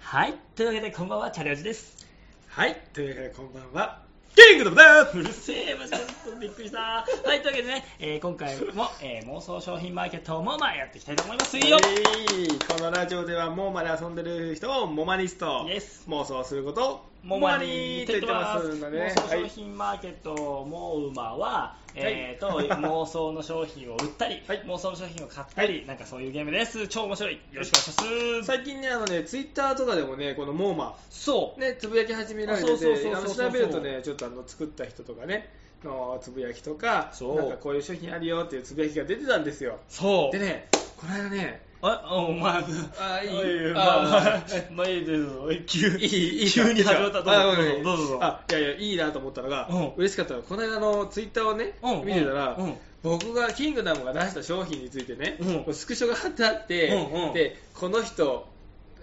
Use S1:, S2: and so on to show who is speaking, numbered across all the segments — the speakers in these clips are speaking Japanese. S1: はい。というわけで、こんばんは、チャレオジです。
S2: はい、というわけでこんばんは、キングダムです
S1: うるせえわ、ちょっとびっくりした。はい、というわけでね、えー今回も、えー妄想商品マーケットをもまあやっていきたいと思います。いいよ。
S2: えーこのラジオでは、モーマで遊んでる人をモマリスト、
S1: イエス
S2: 妄想することを
S1: モ
S2: モ
S1: マ
S2: マ
S1: リー
S2: リー
S1: と言っ
S2: と言ってて
S1: ま
S2: ますす
S1: 妄
S2: のでね、
S1: 想
S2: はい
S1: 商、品マーケットモウマは、えー、と妄想の商品を売ったり、
S2: はい
S1: 妄想の商品を買ったり、なんかそういうゲームです超面白いよろしくお願いします
S2: 最近ね、あのね、ツイッターとかでもね、このモーマ、
S1: そう、
S2: ね、つぶやき始められ
S1: あそう
S2: て
S1: そうそう
S2: て、
S1: そ
S2: あ
S1: う
S2: の
S1: そう
S2: 調べるとね、ちょっとあの作った人とかね、のつぶやきとか、
S1: そう
S2: なんかこういう商品あるよっていうつぶやきが出てたんですよ。
S1: そう
S2: でね、この間ね、
S1: あお前
S2: あい
S1: お
S2: いあ
S1: まあまあ
S2: はい
S1: まあいいですよ急
S2: いいいい
S1: 急に始まった
S2: あ
S1: どうぞどうぞどうぞどうぞ
S2: あいやいやいいなと思ったのが、
S1: うん
S2: 嬉しかったのがこの間のツイッターをね、
S1: うん
S2: 見てたら、
S1: うんうん
S2: 僕がキングダムが出した商品についてね、
S1: うん
S2: スクショが貼ってあって、
S1: うんうん
S2: でこの人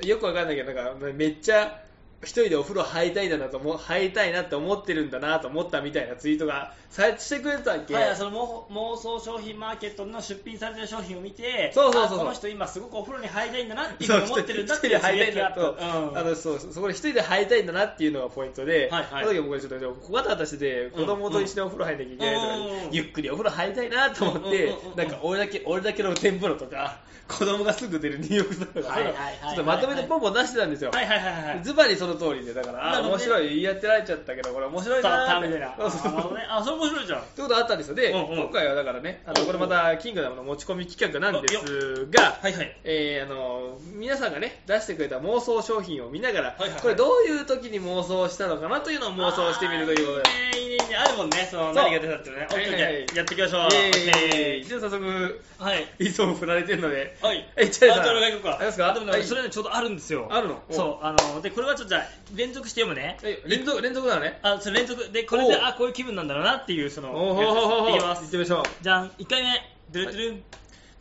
S2: よくわかんないけどなんかめっちゃ一人でお風呂入りたいんだなと思入りたいなって思ってるんだなと思ったみたいなツイートがさしてくれてたっけ、
S1: はい、その妄妄想商品マーケットの出品されてる商品を見て
S2: そうそうそう
S1: あこの人今すごくお風呂に入りたいんだなっていうふうに思ってるんだってい
S2: 一
S1: う
S2: 人で入りたいんだ
S1: 刺激
S2: と、
S1: があった
S2: あのそうそうそこで一人で入りたいんだなっていうのがポイントで、
S1: はいはい
S2: その時僕はちょっと小型私で子供と一緒にお風呂入んなきゃいけないとか、
S1: うんうんうん
S2: ゆっくりお風呂入りたいなと思って、
S1: うんうんうんうん
S2: なんか俺だけ俺だけの露天風呂とか子供がすぐ出る入浴とか、
S1: はいはいはいはい
S2: ちょっとまとめてポンポン出してたんですよ、
S1: はいはいはいはい
S2: ズバリその通りでだか
S1: な
S2: ら、
S1: る
S2: あ
S1: ほど
S2: 面
S1: ね
S2: 白いやってられちゃったけどこれ面白い
S1: た
S2: な
S1: た
S2: ー
S1: み
S2: ったて
S1: いな
S2: そうそう
S1: あなるほどねあそれ面白いじゃん
S2: ってことがあったんですよで、
S1: うんうん
S2: 今回はだからねあのこれまた「キングダム」の持ち込み企画なんですが、
S1: はいはい
S2: えーあの皆さんがね出してくれた妄想商品を見ながら、
S1: いはいはい
S2: これどういう時に妄想したのかなというのを妄想してみるということで
S1: あーいいねいいねいいねあるもんねその
S2: う
S1: 何が出たっていうねオッケーオッ
S2: はいはい
S1: ケーやっていきましょう
S2: えーじゃあ早速
S1: オッケーはい
S2: いつも振られてるので
S1: はい
S2: えチャレさん
S1: あじゃあ俺が行こうか
S2: ありますか
S1: でもね
S2: はい
S1: それねちょうどあるんですよ
S2: あるのお
S1: そうあのでこれはちょっとじゃあ連続して読むね
S2: え連続連続なのね
S1: あそれ連続でこれで
S2: おう
S1: あこういう気分なんだろうなっていうその
S2: おほほほほ
S1: いきま
S2: 行っ
S1: す
S2: てみましょう
S1: じゃん1回目ドゥルドゥルン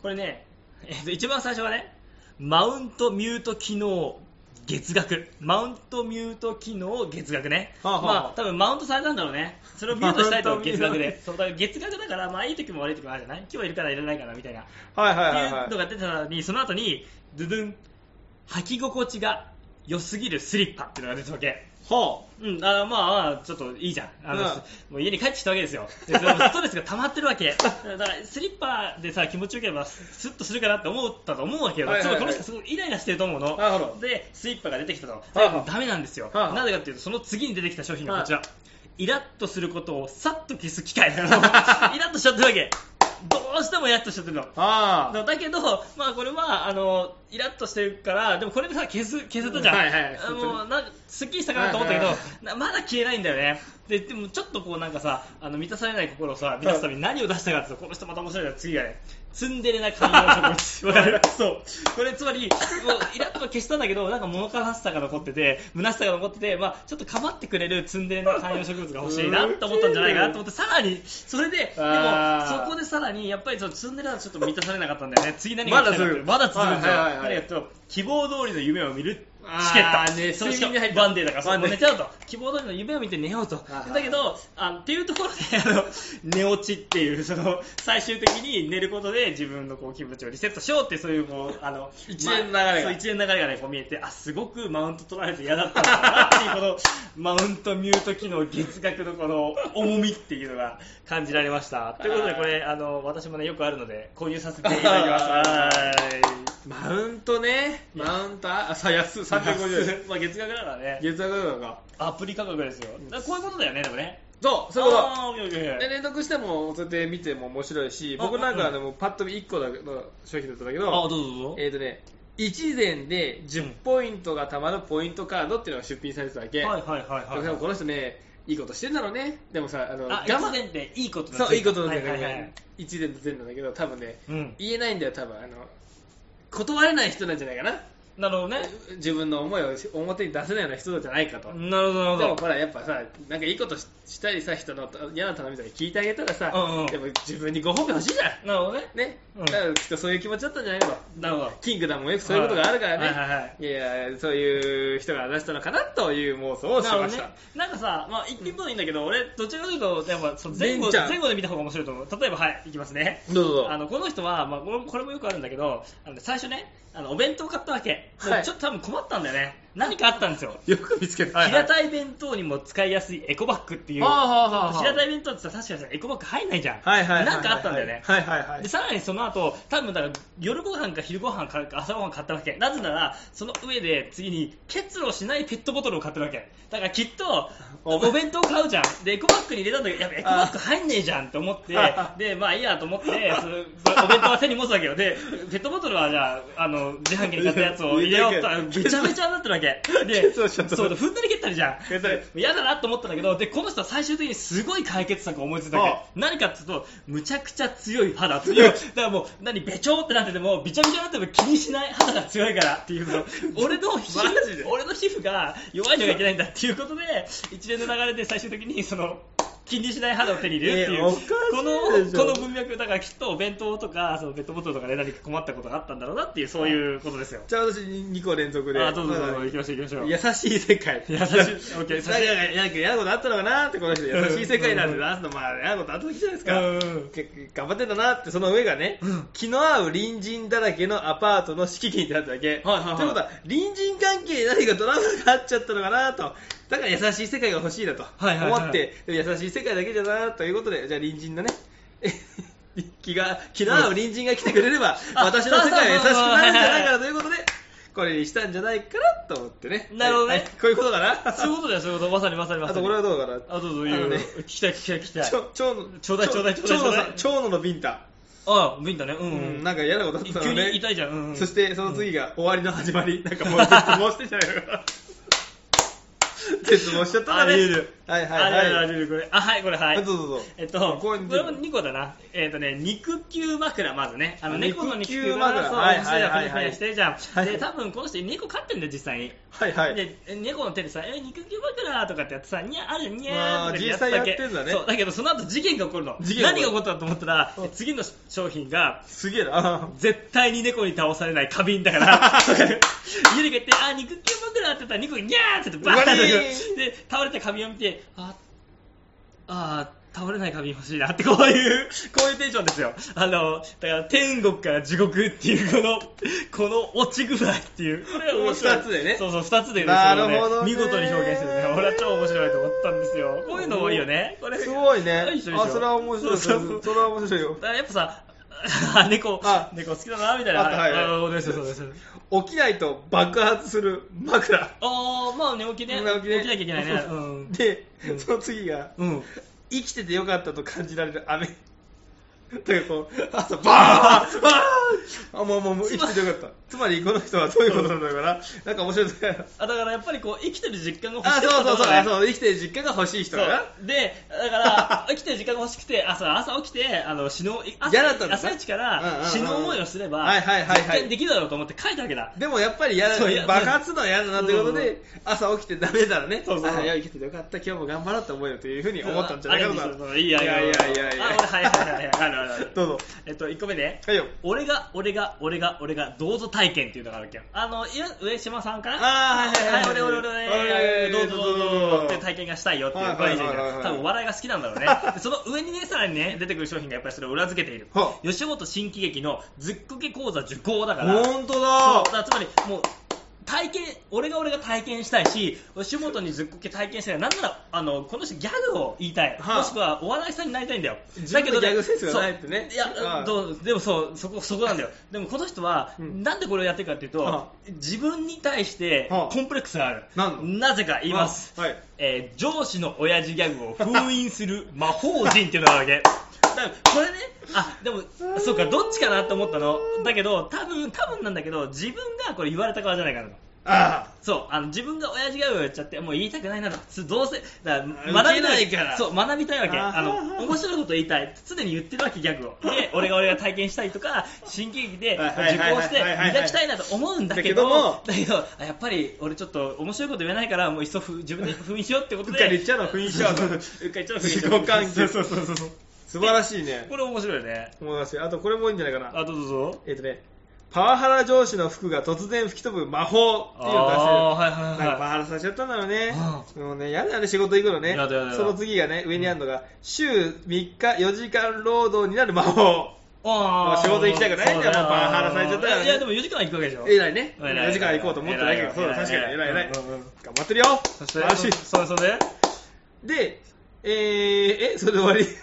S1: これね、えっと一番最初はねマウントミュート機能月額マウントミュート機能月額ね、
S2: はあはあ
S1: まあ多分マウントされたんだろうねそれをミュートしたい
S2: マ
S1: と
S2: ウントミュ
S1: 月
S2: ート
S1: 額でそうだから月額だからまあいい時も悪い時もあるじゃない今日いるからいらないからみたいな
S2: はいはいはい
S1: っ
S2: は
S1: ていうのが出たのにその後にドゥドゥン履き心地が良すぎるスリッパっていうのが出たわけ
S2: ほ
S1: うん、あのまあまあちょっといいじゃんあの、
S2: うん
S1: もう家に帰ってきたわけですよで そのストレスが溜まってるわけだからスリッパでさ気持ちよければススッとするかなって思ったと思うわけよ、
S2: はいはいはい
S1: つまりこの人すごいイライラしてると思うの
S2: なるほど
S1: でスリッパが出てきたと
S2: いはい
S1: ダメなんですよ、
S2: はいはい
S1: なぜかっていうとその次に出てきた商品がこちら、イラッとすることをさっと消す機械イ ラッとしちゃってるわけどうしてもイラッとしちゃってるの
S2: ああ
S1: だだけど、まあ、これはあのイラッとしてるからでもこれでさ消す消せたじゃん、
S2: はいはい
S1: あもうなんかすっきりしたかなと思ったけど、
S2: はいは
S1: なまだ消えないんだよねででもちょっとこうなんかさあの満たされない心をさ満たすために何を出したかっていうとこの人また面白いな次がねツンデレな感 じのわかるそうこれつまりもうイラッと消したんだけどなんか物悲しさが残ってて虚しさが残ってて、まあ、ちょっとかまってくれるツンデレな観葉植物が欲しいなと思ったんじゃないかなと思ってさらにそれでで
S2: あ
S1: も
S2: ー
S1: そこでさらにやっぱりそのツンデレだとちょっと満たされなかったんだよね次何が
S2: ま
S1: 来
S2: だ
S1: たかって
S2: 続く
S1: まだ続くんだよ、
S2: はいはいはい
S1: 何がと希望通りの夢を見るチケッ
S2: あー
S1: ト、
S2: ね
S1: そうしかも
S2: 睡眠に入った
S1: ワンデーだからそ
S2: ワ
S1: う
S2: ン
S1: も
S2: デ
S1: う
S2: ー
S1: 寝ちゃうと希望通りの夢を見て寝ようと
S2: はいはい
S1: だけどあっていうところで あの寝落ちっていうその最終的に寝ることで自分のこう気持ちをリセットしようってそういうこうあの
S2: 一連の流れ
S1: そ
S2: が
S1: う一連の流れがねこう見えてあすごくマウント取られて嫌だったんだなっていうこのマウントミュート機能月額のこの重みっていうのが感じられましたということでこれあの私もねよくあるので購入させていただきます はい
S2: マウントねマウントあさ安い350円
S1: まあ月額だからね
S2: 月額なのか
S1: アプリ価格ですよだからこういうことだよねでもね
S2: そうそういうこと
S1: あーオッケーオッケーオッケ
S2: で
S1: ー
S2: 連続してもそうやって見ても面白いし
S1: あ
S2: 僕なんかはね
S1: う
S2: もうパッと1個だけの商品だったんだけ
S1: あどう
S2: ど
S1: ぞどうぞ
S2: えっ、とね1膳で10ポイントがたまるポイントカードっていうのが出品されてたわけ、
S1: はいはいはい
S2: で
S1: は
S2: も
S1: い
S2: この人ねいいことしてんだろうねでもさあの
S1: あ
S2: 我
S1: 一
S2: 慢
S1: 年でいいこと
S2: そういいことなん
S1: だ
S2: だ
S1: よ
S2: けど
S1: はいはいは
S2: ね
S1: い
S2: 1膳と膳なんだけど多分ね
S1: うん
S2: 言えないんだよ多分あの断れない人なんじゃないかな
S1: なるほどね
S2: 自分の思いを表に出せないような人じゃないかと、
S1: なるほどなるほ
S2: でも
S1: ど
S2: ほらやっぱさなんかいいことししたりさ人の嫌な頼みとか聞いてあげたらさ、
S1: うんうん
S2: でも自分にご褒美欲しいじゃん
S1: なるほどね
S2: ね、
S1: うん
S2: だからきっとそういう気持ちだったんじゃないの
S1: なるほど
S2: キングダムもよくそういうことがあるからね、
S1: はいはいはい
S2: いやいやそういう人が出したのかなという妄想をし
S1: なるほ
S2: ま
S1: ど
S2: し
S1: ね
S2: た、、
S1: なんかさ、まあ、一品分でいいんだけど、俺、どちらかというと、やっぱその前
S2: レ
S1: 後
S2: ンちゃん
S1: 前後で見た方が面白いと思う、例えば、はい、いきますね、
S2: どうぞどうぞ
S1: あのこの人は、まあ、これもこれもよくあるんだけど、あのね最初ね、あのお弁当買ったわけ、
S2: はい
S1: ちょっと多分困ったんだよね、何かあったんですよ
S2: よく見つけた。
S1: 平たい弁当にも使いやすいエコバッグっていう、
S2: はあはあはあはあ
S1: 平たい弁当ってさ確かにさエコバッグ入んないじゃん、
S2: はいはいはいはい。
S1: なんかあったんだよね、
S2: はいはいはい
S1: で。さらにその後多分だから夜ご飯か昼ご飯か朝ご飯買ったわけなぜならその上で次に結露しないペットボトルを買ってるわけだからきっと
S2: お
S1: お弁当買うじゃんでエコバッグに入れたんだけどやべエコバッグ入んねえじゃんって思って でまあいいやと思ってそのお弁当は手に持つわけよでペットボトルはじゃああの自販機に買ったやつを入れようと
S2: 入れて
S1: めちゃめちゃになってるわけで
S2: 結露し ちゃった
S1: そうだふんだり蹴ったりじゃん
S2: 蹴ったり
S1: 嫌だなと思ったんだけどでこの人は最終的にすごい解決策を思いついたわけ
S2: ああ
S1: 何かっていうとむちゃくちゃ強い肌強いだからもう何べちょーってなっててもびちゃびちゃになっても気にしない肌が強いからっていうの 俺の皮
S2: マジで
S1: 膚俺の皮膚が弱いのがいけないんだっていうことで一連の流れで最終的にその気にしない肌を手に入れるってい
S2: え
S1: う、
S2: えおかしいでし
S1: こ
S2: ょ
S1: のこの文脈だからきっとお弁当とかそのペットボトルとかで何か困ったことがあったんだろうなっていうそういうことですよ。
S2: じゃあ私2個連続で。
S1: あどうぞどうぞ
S2: まだ
S1: 行きましょう行きましょう。
S2: 優しい世界。
S1: 優しい OK
S2: なんかなんか嫌なことあったのかなってこの人優しい世界なんで
S1: うん
S2: なすのまあ嫌なことあった時じゃないです
S1: う
S2: か
S1: んうん
S2: け頑張ってんだなってその上がね、
S1: うん
S2: 気の合う隣人だらけのアパートの敷金ってなったわけ、
S1: はいはいはい
S2: ということは隣人関係で何かドラマがあっちゃったのかなとだから優しい世界が欲しいなと思って、
S1: はいはいはい
S2: でも優しい世界だけじゃなということでじゃあ隣人だね 気が気の合う隣人が来てくれれば
S1: あ
S2: 私の世界は優しくなるんじゃな
S1: そうそうそうそう
S2: いか
S1: はいはいは
S2: ないということでこれにしたんじゃないかなと思ってね
S1: なるほどね
S2: はいはいこういうことか な
S1: そういうことだよ、そういうこと。まさにまさにまさ
S2: あ
S1: に。
S2: とこれはどうかな
S1: あどうぞ、いいよ
S2: あのね
S1: 聞きたい、聞きたい、聞きたい
S2: ち。ょちょ
S1: ちょうだいちょうだいちょうだい
S2: 長野さん
S1: ちょ
S2: 長野のビンタ
S1: ああ、ビンタね。う。
S2: うんん、なんか嫌なことあった
S1: 急
S2: のね
S1: に痛いじゃん。うんうん。
S2: そしてその次が終わりの始まり、なんかもう絶望してんじ ゃないのかな絶望しちゃった
S1: あ
S2: ね
S1: り得る
S2: はい
S1: ああ
S2: はい
S1: るあ
S2: はい
S1: るあるこれ。あ、はい、これ、はい。
S2: どうぞどうぞ
S1: えっと、
S2: こ
S1: こ
S2: うい
S1: れ
S2: う
S1: も
S2: の
S1: 2個だな。えっとね、肉球枕、まずね。あの、
S2: あ
S1: 猫の
S2: 肉
S1: 肉
S2: 球
S1: 球枕。
S2: 枕
S1: そう、
S2: はい
S1: お店で
S2: はいはいは
S1: ふにゃふに
S2: い
S1: ゃしてるじゃ
S2: は
S1: ん。
S2: い
S1: で、多分この人、猫飼ってんだよ、実際に。
S2: はいはい
S1: で猫の手でさ、え肉球枕とかってやってさ、にゃあるに
S2: まあ
S1: ゃーとかってたわけ
S2: 実際やってんだね
S1: そう、だけどその後事件が起こるの。
S2: 事件が起こ
S1: 何
S2: る
S1: が起こったと思ったら
S2: うん、
S1: 次の商品が、
S2: すげえな
S1: 絶対に猫に倒されない花瓶だ から、家に帰って、あ、肉球枕って言ったら、肉にゃーって言って、バーンって
S2: うわー
S1: で、倒れた花瓶を見て、あ、あー、倒れない花瓶欲しいなって、こういう、こういうテンションですよ。あの、だから天国から地獄っていう、この、この落ち具合っていう。これは面白い。
S2: 二つでね
S1: そうそう、二つでね
S2: なるほどね
S1: それをね見事に表現してるね。俺は超面白いと思ったんですよ。こういうの多いよね。これ
S2: すごいね
S1: よいしょよいしょ
S2: あそれは面白いそ
S1: そうそう
S2: れは面白いよ
S1: だからやっぱさ、 あ猫
S2: あ、
S1: 猫好きだな、みたい
S2: あ
S1: な。
S2: はいはい
S1: あお願いしますお願いします
S2: 起きないと爆発する枕
S1: ああ、まあ寝起きね。
S2: 起
S1: 起きなきゃいけないね。。
S2: そううんで、
S1: うん
S2: その次が
S1: うん。
S2: 生きててよかったと感じられる雨 だからこう朝バーンバーンあもうもうもう生きててよかったつまりこの人はどういうことなんだろうななんか面 白いですね
S1: あだからやっぱりこう生きてる実感が欲しい
S2: あ、そうそうそう、あ
S1: う。
S2: そう、生きてる実家が欲しい人
S1: そ
S2: だな。
S1: うで、だから、 生きてる時間が欲しくて、朝、朝起きて、あの、死の、い朝
S2: 嫌だったんだな
S1: 朝一か
S2: うんうんうん
S1: ら死の思いをすれば、
S2: はいはいはいはい
S1: 実験できるだろうと思って書いたわけだ。
S2: でもやっぱり嫌
S1: そういや
S2: だ、爆発のは嫌だなってこと
S1: そうそう
S2: で、朝起きてダメだらね、
S1: そうそう
S2: あいや、生きててよかった、今日も頑張ろうと思えるというふうに思ったんじゃない
S1: あ
S2: かな
S1: るんですよいいや
S2: いやいやいやいや
S1: あ、俺、はいはいはいはい。あるあるある。
S2: どうぞ。
S1: えっと、1個目ね。
S2: はいよ。
S1: 俺が、俺が、俺が、俺が、どうぞ体験っていうのがあるわけよ。あの、いや上島さんかな
S2: あーはいはいはい
S1: 俺、俺、俺、俺、
S2: はいはいはい
S1: どうぞどうぞどうぞっていう体験がしたいよっていう、これ以上
S2: はいはいはい
S1: に
S2: はい
S1: 多分お笑いが好きなんだ ろうね。でその上にね、さらにね、出てくる商品がやっぱりそれを裏付けている
S2: は。
S1: 吉本新喜劇のずっこけ講座受講だから、
S2: ほんと
S1: そ
S2: だ
S1: うだからつまりもう体験俺が俺が体験したいし吉本にずっこけ体験したいなんならあのこの人ギャグを言いたい、
S2: はい
S1: もしくはお笑いさんになりたいんだよ
S2: 自
S1: だ
S2: 分
S1: け
S2: の
S1: どね
S2: ギャグセンスがないってね
S1: そういや
S2: はい
S1: どうでもそうそこそこなんだよでもこの人は、
S2: うん
S1: なんでこれをやってるかっていうと、
S2: は
S1: 自分に対して
S2: は
S1: コンプレックスがある、
S2: なん
S1: なぜか言います、
S2: あはい
S1: えー上司の親父ギャグを封印する魔法陣っていうのがあるわけだからこれねあでもそうかどっちかなと思ったのだけど多分多分なんだけど自分がこれ言われた側じゃないかなと
S2: あ
S1: そうあの自分が親父ギャグをやっちゃってもう言いたくないなとつどうせだから
S2: あ
S1: 学
S2: 受け
S1: び
S2: な
S1: た
S2: い
S1: い
S2: から
S1: そう学びたいわけ
S2: あ
S1: あ
S2: ー
S1: の面白いこと言いたい常に言ってるわけギャグ をで俺が俺が体験したりとか新喜劇で
S2: はいはいはい
S1: 受講して
S2: はいはいはい
S1: 磨きたいなと思うんだけ
S2: だ
S1: どだけどあやっぱり俺ちょっと面白いこと言えないからもういっそふ自分で封印しようってこ
S2: う
S1: と
S2: っ
S1: で
S2: かり言っちゃ うの、雰囲気 は。
S1: うっかり言っちゃうの
S2: 自己関 係。
S1: そうそうそう そう
S2: 素晴らしいね。
S1: これ面白いよね
S2: 思いますよ。あと、これもいいんじゃないかな。
S1: あどうぞどうぞ
S2: えっとね、パワハラ上司の服が突然吹き飛ぶ魔法っていうのを出してる。
S1: あーはいはいはい
S2: なんかパワハラされちゃったんだろうね
S1: う。
S2: もうね、嫌だよね、仕事行くのね
S1: やだやだや。だ
S2: その次がね、上にあるのが、週3日4時間労働になる魔法。
S1: あ
S2: まあ仕事行きたくないんだ
S1: そ
S2: よ
S1: うだよ
S2: パワハラされちゃったからね
S1: いやでも4時間は行くわけでしょ
S2: 偉いね。
S1: 偉い
S2: 4時間行こうと思ってないけど、
S1: 偉い
S2: そうだ、確かに偉い偉い。
S1: うんうんうん
S2: 頑張ってるよ
S1: そして
S2: 素晴らしい。
S1: そうそうで
S2: で、えー、え、それで終わり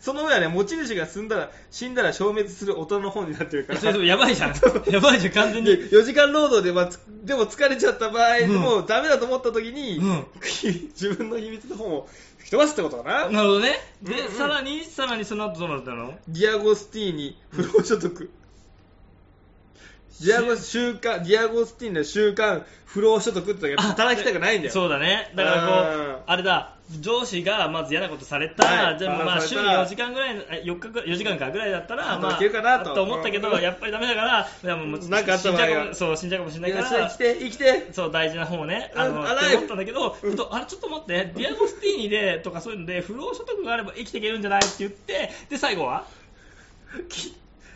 S2: その上はね、持ち主が死んだら、死んだら消滅する大人の本になってるから。
S1: それでもやばいじゃ んやばいじゃん完全に
S2: で4時間労働で、まあつでも疲れちゃった場合、
S1: うん
S2: もうダメだと思った時に、
S1: うん
S2: 自分の秘密の本を吹き飛ばすってことかな
S1: なるほどねで、
S2: うんうん
S1: さらにさらにその後どうなったの
S2: ディアゴスティーニ不労所得、ディアゴ週刊ディアゴスティーニの週刊不労所得ってやっぱ働きたくないんだよ
S1: そうだねだからこ
S2: う
S1: うんあれだ上司がまず嫌なことされた、
S2: はい
S1: でもま
S2: ま
S1: あ
S2: あ
S1: 週に
S2: それから
S1: 4時間ぐらいのえ4日ぐらい4時間かぐらいだったら
S2: あ
S1: まあ
S2: いけるかなと
S1: と思ったけど、
S2: うん
S1: やっぱりダメだからいやもうもう
S2: なんかあった
S1: 死ん
S2: 場
S1: じゃ
S2: 合
S1: う
S2: は
S1: かもそう死んじゃうかもしれない
S2: い
S1: か
S2: やそれ
S1: ら
S2: 生きて生きて
S1: そう大事な方ねあの
S2: うん
S1: って思ったんだけど、
S2: うん
S1: ふとあれちょっと待ってディアゴスティーニでとかそういうので不労所得があれば生きていけるんじゃないって言ってで最後は
S2: き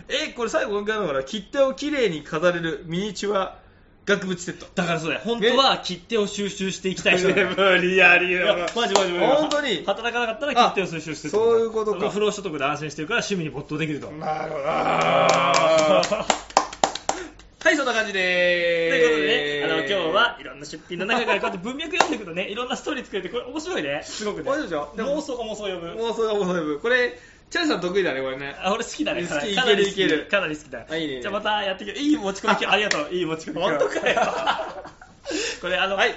S2: えこれ最後関係あるのかな切手をきれいに飾れるミニチュア額縁セット
S1: だからそうだよ本当は切手を収集していきたい人だよ
S2: 無理やり
S1: いやマジマジマジ
S2: 本当に
S1: 働かなかったら切手を推奨してる
S2: あそういうことか
S1: その不労所得で安心してるから趣味に没頭できると
S2: なるほどはい、そんな感 じ
S1: と
S2: で
S1: いうことでね、
S2: ー
S1: あの今日はいろんな出品の中からこうやって文脈読んでいくとね、いろんなストーリー作れて、これ面白いね、すごくね。
S2: 面白いでしょでも
S1: 妄想が妄想を呼ぶ。
S2: 妄想が妄想部。これ、チャンさん得意だね、これね。
S1: あ、俺好きだね。
S2: 好き
S1: かなり
S2: いけるいける
S1: かなり好きだ。
S2: あいいね
S1: じゃあまたやっていく。いい持ち込み機ありがとう。いい持ち込み機
S2: 本当かよ
S1: これ、あの、
S2: はい。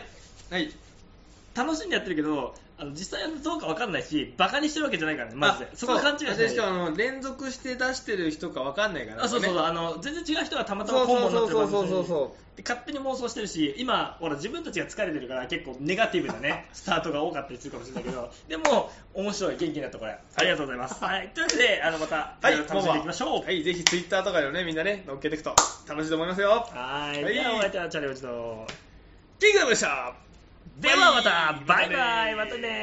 S1: 楽しんでやってるけど、あの実際はどうかわかんないし、バカにしてるわけじゃないからね、マジで。そこは勘違いしないで
S2: で。しかもあの、連続して出してる人かわかんないからね。
S1: あそうそうそう、
S2: ね
S1: あの全然違う人がたまた
S2: そ
S1: ま
S2: う
S1: コンボにな
S2: そ
S1: っ
S2: う
S1: てる
S2: そ
S1: 感
S2: う
S1: じ
S2: そうそうそ
S1: で勝手に妄想してるし今ほら自分たちが疲れてるから結構ネガティブな ねスタートが多かったりするかもしれないけどでも面白い元気になったこれ、ありがとうございます、はい、というわけであのまた、
S2: はい
S1: 楽しんでいきましょう
S2: う。はい、ぜひツイッターとかでもね、みんなね、乗っけていくと楽しいと思いますよ。
S1: はい
S2: はい
S1: ではお相手はチャレンジと
S2: キングダムでした
S1: ではまたバイバイ